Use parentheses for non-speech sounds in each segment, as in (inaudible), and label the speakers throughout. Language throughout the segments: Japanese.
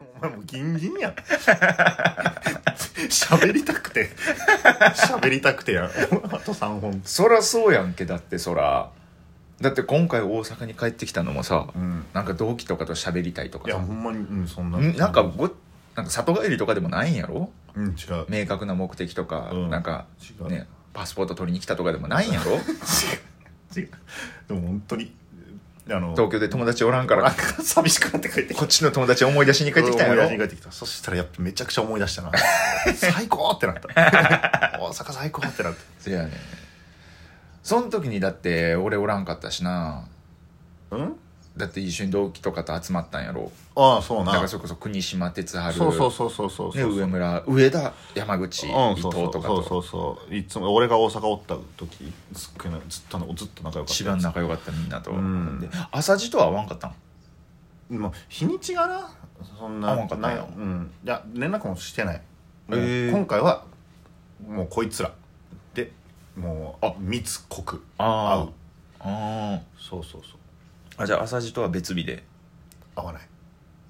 Speaker 1: もうギンギンやん喋りたくて喋りたくてやんあと3本
Speaker 2: そらそうやんけだってそらだって今回大阪に帰ってきたのもさ、
Speaker 1: うん
Speaker 2: なんか同期とかと喋りたいとか
Speaker 1: いや
Speaker 2: さ
Speaker 1: ほんまにうんそんなん
Speaker 2: なんかごなんか里帰りとかでもないんやろ
Speaker 1: うん違う
Speaker 2: 明確な目的とか、
Speaker 1: うん
Speaker 2: なんか
Speaker 1: 違う
Speaker 2: ねパスポート取りに来たとかでもないんやろ
Speaker 1: 違うでも本当にあの
Speaker 2: 東京で友達おらんか
Speaker 1: なん
Speaker 2: ら
Speaker 1: か寂しくなって帰ってき
Speaker 2: こ
Speaker 1: た
Speaker 2: っちの友達思い出しに帰ってきたん
Speaker 1: 思い
Speaker 2: や
Speaker 1: 出しに帰
Speaker 2: ろ
Speaker 1: ってきたそしたらやっぱめちゃくちゃ思い出 (laughs) したな最高ってな (laughs) った大阪最高ってなった
Speaker 2: そやねんその時にだって俺おらんかったしな
Speaker 1: うん
Speaker 2: だって一緒に同期とかと集まったんやろ
Speaker 1: ああそう
Speaker 2: だ
Speaker 1: な
Speaker 2: からそれこそ国島哲治
Speaker 1: そうそうそうそうそうそう
Speaker 2: ね、上村上田山口、
Speaker 1: うん
Speaker 2: 伊
Speaker 1: そうそ
Speaker 2: 藤
Speaker 1: う
Speaker 2: とか
Speaker 1: そう
Speaker 2: と
Speaker 1: そうそういつも俺が大阪おった時ずっくなずっとなずっと仲良かった
Speaker 2: 一番仲良かったみんなと、
Speaker 1: うん
Speaker 2: で朝地とは会わんかったん
Speaker 1: もう日にちがなそんな
Speaker 2: 合わんかったんや
Speaker 1: ないうんいや連絡もしてないもう
Speaker 2: へー
Speaker 1: 今回はもうこいつらでもう密告
Speaker 2: あ
Speaker 1: 会
Speaker 2: ー
Speaker 1: う
Speaker 2: あ
Speaker 1: そうそうそう
Speaker 2: ーあじゃあ朝地とは別日で
Speaker 1: 会わない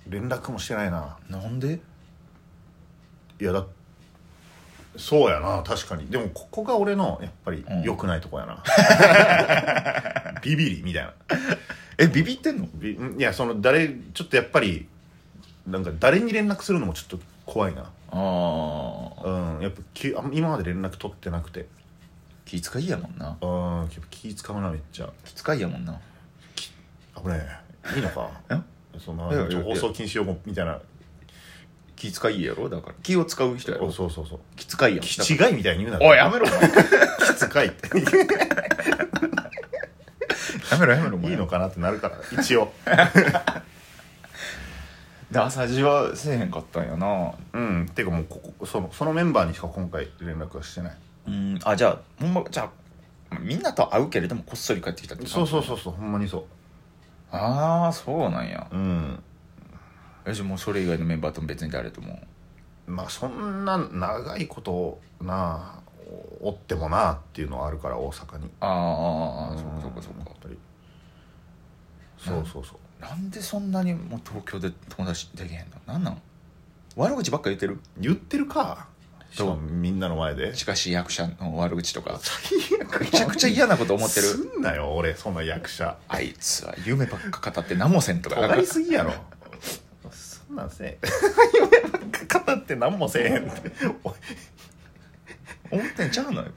Speaker 1: 連絡もしてないな
Speaker 2: なんで
Speaker 1: いやだそうやな確かにでもここが俺のやっぱり
Speaker 2: うん
Speaker 1: 良くないとこやな、 (laughs) ビビりみたいな
Speaker 2: えビビってんの
Speaker 1: びんいやその誰ちょっとやっぱりなんか誰に連絡するのもちょっと怖いな
Speaker 2: ああ
Speaker 1: うんやっぱきあん今まで連絡取ってなくて
Speaker 2: 気遣いやもんな
Speaker 1: うんやっぱ気使うなめっちゃ
Speaker 2: 気遣いやもんな
Speaker 1: 危ねえいいのか (laughs)
Speaker 2: え
Speaker 1: その
Speaker 2: いやいやいや
Speaker 1: 放送禁止用語みたいな
Speaker 2: 気遣いやろだから気を使う人や
Speaker 1: お
Speaker 2: ろ
Speaker 1: そうそうそう
Speaker 2: 気遣いやん
Speaker 1: 気
Speaker 2: だか
Speaker 1: 違
Speaker 2: ら
Speaker 1: いみたいに言うな
Speaker 2: おいや
Speaker 1: (laughs)
Speaker 2: めろお前
Speaker 1: 気使いって
Speaker 2: やめろやめろお前
Speaker 1: いいのかなってなるから一応
Speaker 2: で朝地はせえへんかったんやな
Speaker 1: うんていうかもうここそのそのメンバーにしか今回連絡はしてない
Speaker 2: うんあじゃあほんまじゃあみんなと会うけれどもこっそり帰ってきたって感じ
Speaker 1: そうそうそうそうほんまにそ
Speaker 2: ああそうなんや
Speaker 1: ううん
Speaker 2: えじゃあもうそれ以外のメンバーとも別に誰とも
Speaker 1: まあそんな長いことなあおおってもなあっていうのはあるから大阪に
Speaker 2: あーあーあーそっ
Speaker 1: ん
Speaker 2: かそっかそっか
Speaker 1: やっぱりそうそうそう
Speaker 2: なんでそんなにもう東京で友達できへんのなんなん悪口ばっか言ってる
Speaker 1: 言ってるかしか
Speaker 2: どう
Speaker 1: もみんなの前で
Speaker 2: しかし役者の悪口とか
Speaker 1: 最悪
Speaker 2: めちゃくちゃ嫌なこと思って
Speaker 1: す
Speaker 2: る
Speaker 1: んなよ俺そんな役者
Speaker 2: あいつは夢ばっか語って何もせんとか
Speaker 1: 尖りすぎやろそんなんせえ夢ばっか語って何もせえへんっておい
Speaker 2: 思ってんちゃうのよ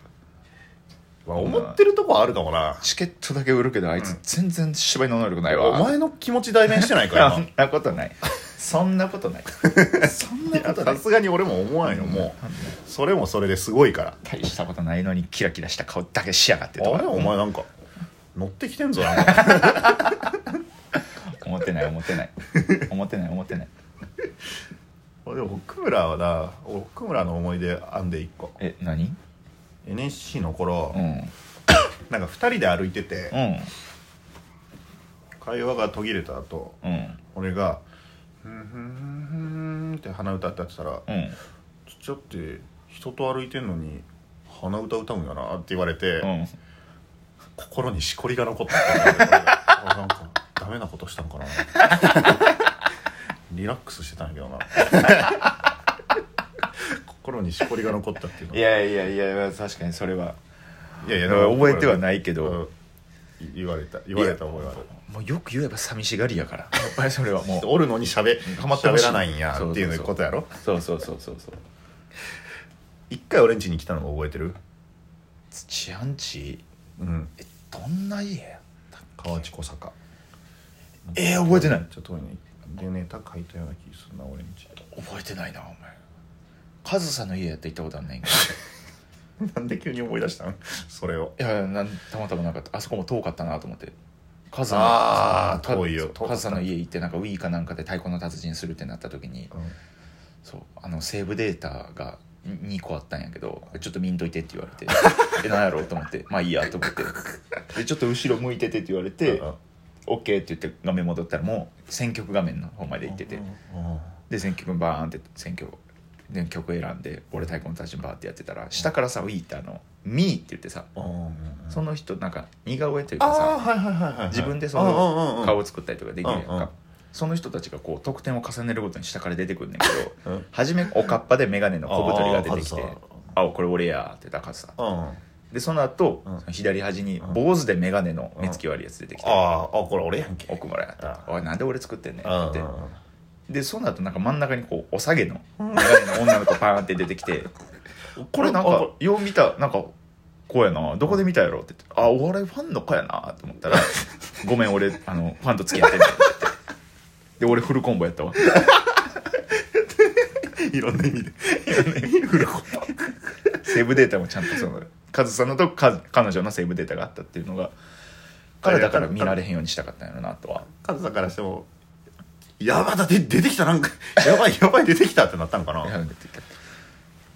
Speaker 1: まあ思ってるとこはあるかもな
Speaker 2: チケットだけ売るけどあいつ全然芝居の能力ないわ
Speaker 1: お前の気持ち代弁してないから
Speaker 2: そんなことないそんなことないそんなことない
Speaker 1: さすがに俺も思わんよもうそれもそれですごいから
Speaker 2: 大したことないのにキラキラした顔だけしやがってと
Speaker 1: あれ
Speaker 2: か
Speaker 1: お前なんか乗ってきてんぞなんか (laughs)
Speaker 2: 思ってない思ってない思ってない思ってない
Speaker 1: でも奥村はな奥村の思い出あんで一個
Speaker 2: え何
Speaker 1: NSC の頃、
Speaker 2: うん
Speaker 1: なんか2人で歩いてて
Speaker 2: うん
Speaker 1: 会話が途切れた後
Speaker 2: うん
Speaker 1: 俺が「ふんふんふんふん」って鼻歌歌ってたら
Speaker 2: うん
Speaker 1: 「ちっちゃって人と歩いてんのに鼻歌歌うんやな」って言われて、
Speaker 2: うん
Speaker 1: 心にしこりが残ったからあ (laughs) なんかダメなことしたんかな (laughs) リラックスしてたんやけどな (laughs) 心にしこりが残ったっていうの
Speaker 2: いやいやいや確かにそれはい
Speaker 1: やいや
Speaker 2: 覚えてはないいけど
Speaker 1: 言われた言われた覚えはある
Speaker 2: もうよく言えば寂しがりやからやっぱ (laughs) りそれはもう
Speaker 1: おるのにしゃべ
Speaker 2: 構ってほしい
Speaker 1: らないんやっていうことやろ
Speaker 2: そうそうそうそうそう
Speaker 1: 一回俺ん家に来たのも覚えてる
Speaker 2: 土屋んち
Speaker 1: うん
Speaker 2: えどんな家や
Speaker 1: 河内小坂
Speaker 2: えー、覚えてない
Speaker 1: ちょっと遠いねでネタ書いたような気するな俺ん家
Speaker 2: 覚えてないなお前カズさんの家やって行ったことあんねんけ
Speaker 1: (laughs)
Speaker 2: (laughs)
Speaker 1: なんで急に思い出したん (laughs) それを
Speaker 2: どいやなんたまたまなかったあそこも遠かったなと思ってカズさんの
Speaker 1: ああ
Speaker 2: か
Speaker 1: 遠いよ
Speaker 2: カズさんの家行ってなんかウィーかなんかで太鼓の達人するってなった時に
Speaker 1: うん
Speaker 2: そうあのセーブデータが2個あったんやけど「ちょっと見んといて」って言われて (laughs) 「えなんやろ?」と思って「まあいいや」と思ってで「ちょっと後ろ向いてて」って言われて
Speaker 1: うん
Speaker 2: 「OK」って言って画面戻ったらもう選曲画面の方まで行っててで選曲バーンって選曲で曲選んで俺太鼓の達人バーってやってたら下からさウィーってあの「ミー」って言ってさそ
Speaker 1: の
Speaker 2: の人なんか似顔絵という
Speaker 1: あ
Speaker 2: かさ
Speaker 1: あはいはいはいはい
Speaker 2: 自分でその顔を作ったりとかできるやん
Speaker 1: うんうん
Speaker 2: かその人たちがこう得点を重ねるごとに下から出てくるんだけど
Speaker 1: うん
Speaker 2: 初めおかっぱで眼鏡の小太りが出てき
Speaker 1: あー
Speaker 2: て
Speaker 1: カズさん
Speaker 2: 「あおこれ俺や」って高さ
Speaker 1: うんあ
Speaker 2: でその後、
Speaker 1: うん
Speaker 2: その左端に坊主で眼鏡の目つき悪いやつ出てきて
Speaker 1: ああこれ俺やんけ
Speaker 2: 奥村やった
Speaker 1: あ
Speaker 2: おいなんで俺作ってんねん」
Speaker 1: うん
Speaker 2: ってでその後なんか真ん中にこうお下げの眼鏡の女の子パーンって出てき
Speaker 1: (laughs)
Speaker 2: て「これなん
Speaker 1: あ
Speaker 2: か
Speaker 1: こ
Speaker 2: よう見たなんかこうやなどこで見たやろ」って言って「あお笑いファンの子やな」と
Speaker 1: (laughs)
Speaker 2: 思ったら「ごめん俺あのファンと付き合ってんねん」って言ってで俺フルコンボやったわ
Speaker 1: いろんな意味で
Speaker 2: セーブデータもちゃんとそのカズさんのとカズ彼女のセーブデータがあったっていうのがからだから見られへんようにしたかったんやろなとは
Speaker 1: カズさんからしても「やばだで出てきたなん (laughs) かやばいやばい出てきた」ってなったんか
Speaker 2: いや
Speaker 1: な
Speaker 2: で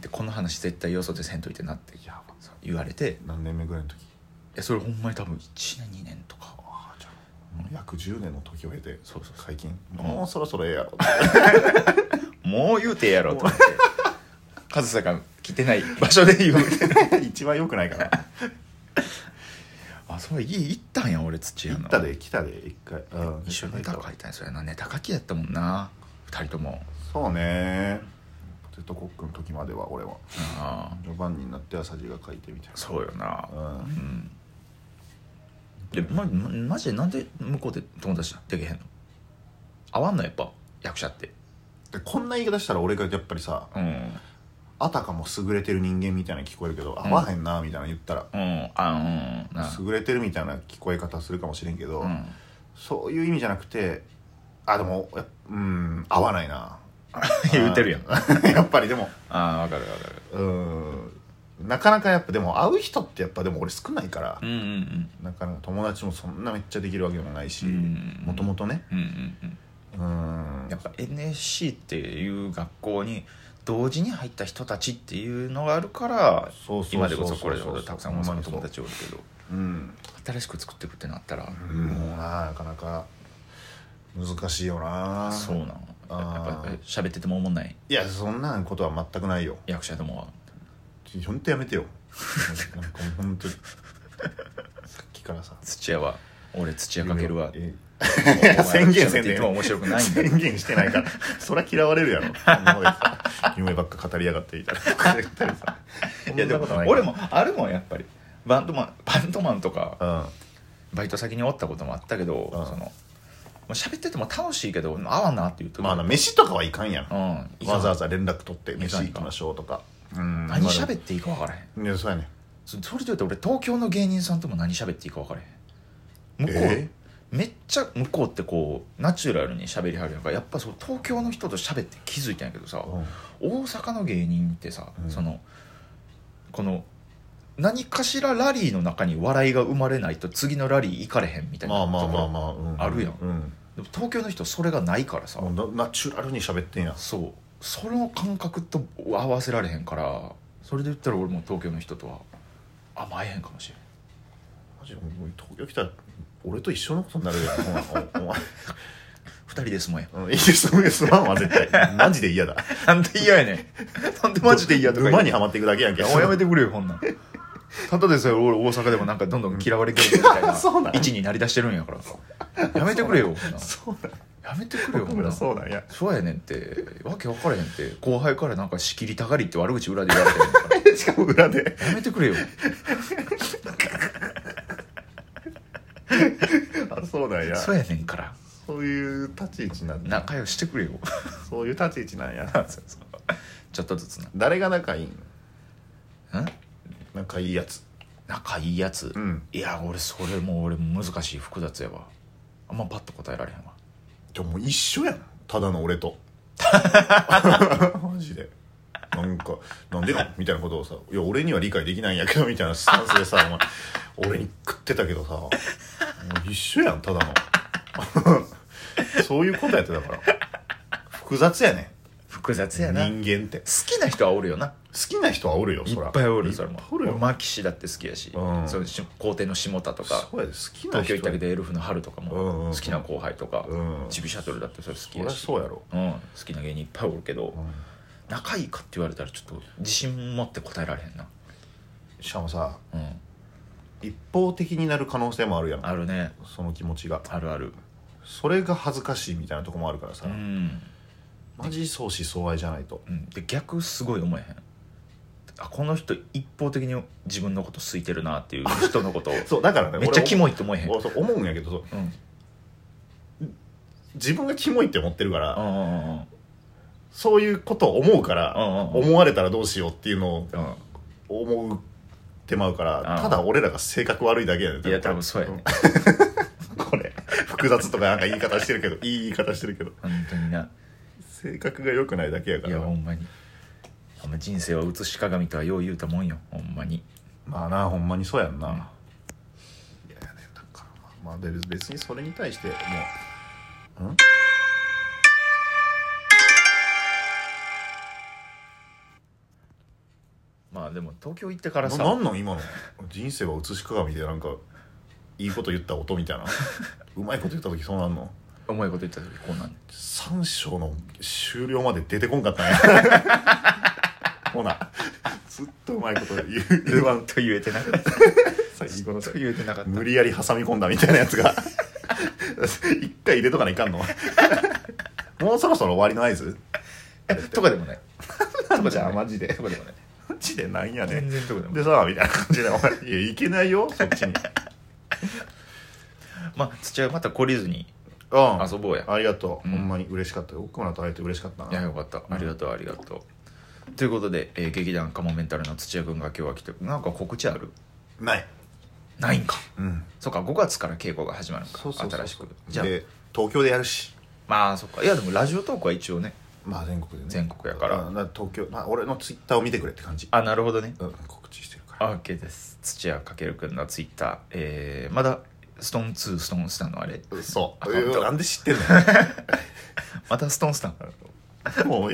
Speaker 2: でこの話絶対よそでせんといてなってそう言われてい
Speaker 1: 何年目ぐらいの時
Speaker 2: やそれほんまに多分1年2年とか
Speaker 1: ああじゃあもう約10年の時を経て
Speaker 2: そうそうそう
Speaker 1: 解禁
Speaker 2: うん
Speaker 1: もうそろそろええやろ
Speaker 2: もう言うてええやろと思ってカズさんが来てない場所で言
Speaker 1: (laughs)
Speaker 2: うて
Speaker 1: 一番良くないかな
Speaker 2: あそういい行ったんや俺土屋
Speaker 1: 行
Speaker 2: の
Speaker 1: ったで来たで一回うん
Speaker 2: 一緒にネタ書いたんやそれなネタ書きやったもんな2人とも
Speaker 1: そうねポテトコックの時までは俺は
Speaker 2: ああ
Speaker 1: 序盤になって朝地が書いてみたいな
Speaker 2: そうよな
Speaker 1: うん
Speaker 2: うんでま、ま、マジでなんで向こうで友達できへんの合わんのやっぱ役者って
Speaker 1: でこんな言い方したら俺がやっぱりさ
Speaker 2: うん
Speaker 1: あたかも優れてる人間みたいな聞こえるけど合わへんなみたいな言ったら、
Speaker 2: うんあうんな
Speaker 1: 優れてるみたいな聞こえ方するかもしれんけど、
Speaker 2: うん (laughs)
Speaker 1: そういう意味じゃなくてあでもやっうん合わないな
Speaker 2: 言うてるやんあ
Speaker 1: ん (laughs) やっぱりでも
Speaker 2: あわかるわかる
Speaker 1: うんなかなかやっぱでも会う人ってやっぱでも俺少ないから
Speaker 2: う、んうん
Speaker 1: なかなか友達もそんなめっちゃできるわけでもないし
Speaker 2: うん
Speaker 1: もともとね
Speaker 2: うんうんうんうん
Speaker 1: うん
Speaker 2: やっぱ NSC っていう学校に同時に入った人たちっていうのがあるから
Speaker 1: そうそうそうそう
Speaker 2: 今でこそこれほどたくさん
Speaker 1: ほんま
Speaker 2: の
Speaker 1: にそう
Speaker 2: 友達おるけど
Speaker 1: うん
Speaker 2: 新しく作っていくってなったら
Speaker 1: もうななかなか難しいよな
Speaker 2: そうなのやっぱ
Speaker 1: あー
Speaker 2: やっぱ喋ってても思んない
Speaker 1: いやそんなことは全くないよ
Speaker 2: 役者どもは
Speaker 1: ほんとやめてよなんかほんとにさっきからさ
Speaker 2: 土屋は俺土屋かけるわ
Speaker 1: え
Speaker 2: お前ら
Speaker 1: 宣言せんで
Speaker 2: 喋っていつも面白くないんだよ
Speaker 1: 宣言してないからそりゃ嫌われるや
Speaker 2: (laughs)
Speaker 1: ろこんなことさ夢ばっか語りやがってみたいな絶対さ
Speaker 2: いやでも
Speaker 1: そんなことないから
Speaker 2: 俺もあるもんやっぱりバンドマンバンドマンとかバイト先におったこともあったけど、
Speaker 1: うん
Speaker 2: そのもう喋ってても楽しいけど合わんなっていう
Speaker 1: う
Speaker 2: と
Speaker 1: んまあな飯とかはいかんやん
Speaker 2: うん、
Speaker 1: わざわざ連絡取って
Speaker 2: いかん
Speaker 1: 飯行きましょうとかうん
Speaker 2: 何喋っていいか分からへん
Speaker 1: いやそうやね
Speaker 2: そそれで言うと俺東京の芸人さんとも何喋っていいか分からへん向こう、
Speaker 1: え
Speaker 2: めっちゃ向こうってこうナチュラルに喋りはるやんかやっぱそう東京の人と喋って気づいたんやけどさ、
Speaker 1: うん
Speaker 2: 大阪の芸人ってさ、
Speaker 1: うん
Speaker 2: そのこの何かしらラリーの中に笑いが生まれないと次のラリー行かれへんみたいな
Speaker 1: まあまあ
Speaker 2: とこ
Speaker 1: まあ
Speaker 2: ろ
Speaker 1: まあ、う
Speaker 2: あるやん
Speaker 1: うん
Speaker 2: でも東京の人それがないからさ、
Speaker 1: もうなナチュラルに喋ってんや
Speaker 2: そうその感覚と合わせられへんからそれで言ったら俺も東京の人とは甘えへんかもしれん
Speaker 1: マジでもう東京来たら俺と一緒のことになるやんほんまお
Speaker 2: (laughs)
Speaker 1: 前
Speaker 2: 二人ですもんや
Speaker 1: うんいいですそうですまんわ絶対マジで嫌だ
Speaker 2: なんで嫌やねんなんでマジで嫌とか言う
Speaker 1: 馬にはまっていくだけやんけ
Speaker 2: いやもうやめてくれよこんなんただでさえ俺大阪でもなんかどんどん嫌われ芸人みたい
Speaker 1: (laughs)
Speaker 2: な
Speaker 1: そうなん
Speaker 2: 位置になりだしてるんやからやめてくれよこんなん
Speaker 1: そうなん
Speaker 2: やめてくれよ
Speaker 1: ほ
Speaker 2: こんなん
Speaker 1: ら
Speaker 2: そ
Speaker 1: そうなんや (laughs)
Speaker 2: うやねんってわけ分からへんって後輩からなんか仕切りたがりって悪口裏で言われてるんやか
Speaker 1: しかも裏で
Speaker 2: らやめてくれよ
Speaker 1: あそうなんや
Speaker 2: そうやねんから
Speaker 1: そういう立ち位置なんだ
Speaker 2: 仲良くしてくれよ (laughs)
Speaker 1: そういう立ち位置なんや
Speaker 2: そうそうちょっとずつな
Speaker 1: 誰が仲いいん
Speaker 2: ん
Speaker 1: 仲いいやつ
Speaker 2: 仲いいやつ、
Speaker 1: うん
Speaker 2: いや俺それもう俺難しい複雑やわあんまパッと答えられへんわ
Speaker 1: じゃあもう一緒やんただの俺と (laughs) マジでなんかなん
Speaker 2: (laughs)
Speaker 1: でなんみたいなことをさ「いや俺には理解できないんやけど」みたいなスタンスでさお前俺に食ってたけどさもう一緒やんただの (laughs) そういうことやってだから複雑やね
Speaker 2: 複雑
Speaker 1: 人
Speaker 2: やな好
Speaker 1: 間って好
Speaker 2: きな人はおるよな
Speaker 1: きな人はおるよ
Speaker 2: いっ
Speaker 1: そら
Speaker 2: ぱいおるそれも
Speaker 1: いっぱいおるよ
Speaker 2: マキシだって好きやし、
Speaker 1: うん
Speaker 2: そうし皇帝の下田とか
Speaker 1: そうやで好きな
Speaker 2: 東京
Speaker 1: 人
Speaker 2: 行ったけどエルフの春とか
Speaker 1: うんうんう
Speaker 2: も
Speaker 1: ん
Speaker 2: 好きな後輩とか、
Speaker 1: うん
Speaker 2: チビシャトルだってそれ好
Speaker 1: そ
Speaker 2: き
Speaker 1: り
Speaker 2: や
Speaker 1: ゃ
Speaker 2: し
Speaker 1: そうやろ
Speaker 2: うん、好きな芸人いっぱいおるけど、仲いいかって言われたらちょっと自信持って答えられへんな、
Speaker 1: しかもさ
Speaker 2: うん、
Speaker 1: 一方的になる可能性もあるやん
Speaker 2: あるね
Speaker 1: その気持ちが
Speaker 2: あるある
Speaker 1: それが恥ずかしいみたいなとこもあるからさ、
Speaker 2: うん、
Speaker 1: マジ相思相愛じゃないと
Speaker 2: うん、で逆すごい思えへんあこの人一方的に自分のこと好いてるなっていう人のことを
Speaker 1: そうだ (laughs) からね
Speaker 2: めっちゃキモ
Speaker 1: い
Speaker 2: いって思えへん、うん、
Speaker 1: そう思うんやけどそう
Speaker 2: うん
Speaker 1: 自分がキモいって思ってるから、
Speaker 2: うんうん
Speaker 1: そういうことを思うから、
Speaker 2: うんうん
Speaker 1: 思われたらどうしようっていうのを
Speaker 2: うん
Speaker 1: 思うてまうから、
Speaker 2: ん
Speaker 1: ただ俺らが性格悪いだけやね
Speaker 2: いや多分そうやね
Speaker 1: うんこれ複雑とかなんか言い方してるけどいい言い方してるけど
Speaker 2: 本当に (laughs) な
Speaker 1: 性格が良くないだけやか
Speaker 2: いや
Speaker 1: ら
Speaker 2: ほんまにほんま人生は写し鏡とはよう言うたもんよほんまに
Speaker 1: まあなほんまにそうやんな、いやいやねだからまあで別にそれに対してもうん
Speaker 2: まあでも東京行ってから
Speaker 1: な
Speaker 2: さ
Speaker 1: なんなん今の人生は写し鏡でなんかいいこと言った音みたいなうまいこと言った時そうなんの
Speaker 2: 思いこと言った時こうなんね
Speaker 1: 3章の終了まで出てこんかったんやほなずっとうまいこと言う言わん
Speaker 2: と言えてな (laughs) かった
Speaker 1: 最後の
Speaker 2: と言えてなかった
Speaker 1: 無理やり挟み込んだみたいなやつが一回入れとかないかんのもうそろそろ終わりの合図
Speaker 2: (laughs) えとかでもないとかじゃ (laughs) ない
Speaker 1: マジで
Speaker 2: とかでもない
Speaker 1: マジでなんやねん
Speaker 2: (laughs) 全然とかでもない
Speaker 1: でさみたいな感じで「お前いやいけないよそっちに」
Speaker 2: まあ土屋また懲りずに
Speaker 1: うん
Speaker 2: 遊ぼうや
Speaker 1: ありがとう、
Speaker 2: うん
Speaker 1: ほんまに嬉しかったよ奥村と会えて嬉しかったない
Speaker 2: やよかったありがとうありがとう、ということで、えー劇団カモメンタルの土屋君が今日は来てなんか告知ある
Speaker 1: ない
Speaker 2: ないんか
Speaker 1: うん
Speaker 2: そっか5月から稽古が始まるのか
Speaker 1: そうそうそう
Speaker 2: 新しくじゃあ
Speaker 1: で東京でやるし
Speaker 2: まあそっかいやでもラジオトークは一応ね
Speaker 1: まあ全国でね
Speaker 2: 全国やから
Speaker 1: うんだ東京、まあ、俺のツイッターを見てくれって感じ
Speaker 2: あなるほどね
Speaker 1: うん告知してるから
Speaker 2: OK です土屋かけるくんのツイッター、えーまだストーン2ストーンスタンのあれ
Speaker 1: そう
Speaker 2: あ本当 (laughs)
Speaker 1: なんで知ってん
Speaker 2: またストーンスタン
Speaker 1: のもう